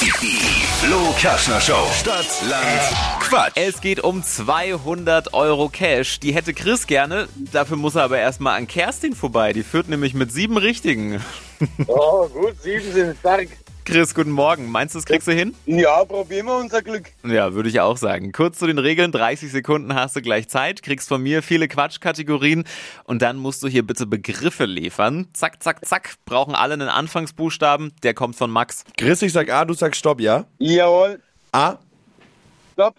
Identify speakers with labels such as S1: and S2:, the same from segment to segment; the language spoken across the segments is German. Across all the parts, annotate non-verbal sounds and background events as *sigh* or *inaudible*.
S1: Die Flo Kaschner Show. Stadt, Land, Quatsch.
S2: Es geht um 200 Euro Cash. Die hätte Chris gerne. Dafür muss er aber erstmal an Kerstin vorbei. Die führt nämlich mit sieben Richtigen.
S3: Oh, gut, sieben sind stark.
S2: Chris, guten Morgen. Meinst du, das kriegst du hin?
S3: Ja, probieren wir unser Glück.
S2: Ja, würde ich auch sagen. Kurz zu den Regeln. 30 Sekunden hast du gleich Zeit, kriegst von mir viele Quatschkategorien und dann musst du hier bitte Begriffe liefern. Zack, zack, zack. Brauchen alle einen Anfangsbuchstaben. Der kommt von Max.
S4: Chris, ich sag A, du sagst Stopp, ja?
S3: Jawohl,
S4: A,
S3: stopp.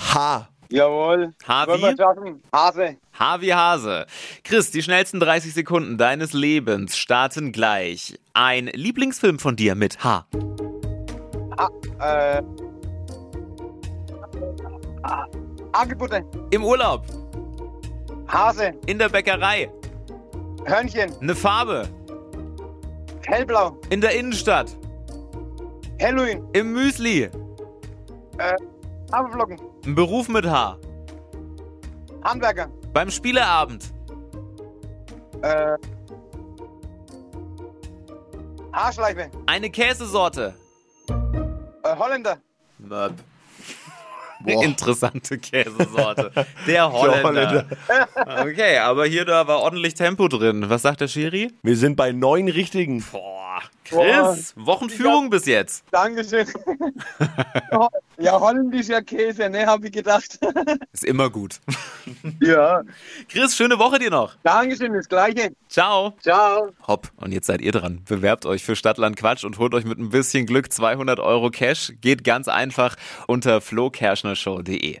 S4: H.
S3: Jawohl.
S2: H
S3: Wollen wir
S2: wie?
S3: schaffen. Hase.
S2: H wie Hase. Chris, die schnellsten 30 Sekunden deines Lebens starten gleich. Ein Lieblingsfilm von dir mit H.
S3: Äh. Angebote.
S2: Im Urlaub.
S3: Hase.
S2: In der Bäckerei.
S3: Hörnchen.
S2: Eine Farbe.
S3: Hellblau.
S2: In der Innenstadt.
S3: Halloween.
S2: Im Müsli.
S3: Haferflocken.
S2: Ein Beruf mit H.
S3: Handwerker.
S2: Beim Spieleabend.
S3: Äh. Haarschleife.
S2: Eine Käsesorte.
S3: Äh, Holländer.
S2: Möb. Interessante Käsesorte. Der Holländer. Okay, aber hier da war ordentlich Tempo drin. Was sagt der Schiri?
S4: Wir sind bei neun Richtigen.
S2: Boah, Chris, Wochenführung bis jetzt.
S3: Dankeschön. *laughs* ja, holländischer Käse, ne, hab ich gedacht.
S2: Ist immer gut. *laughs*
S3: ja.
S2: Chris, schöne Woche dir noch.
S3: Dankeschön, das Gleiche.
S2: Ciao.
S3: Ciao.
S2: Hopp. Und jetzt seid ihr dran. Bewerbt euch für Stadtland Quatsch und holt euch mit ein bisschen Glück 200 Euro Cash. Geht ganz einfach unter flokerschnershow.de.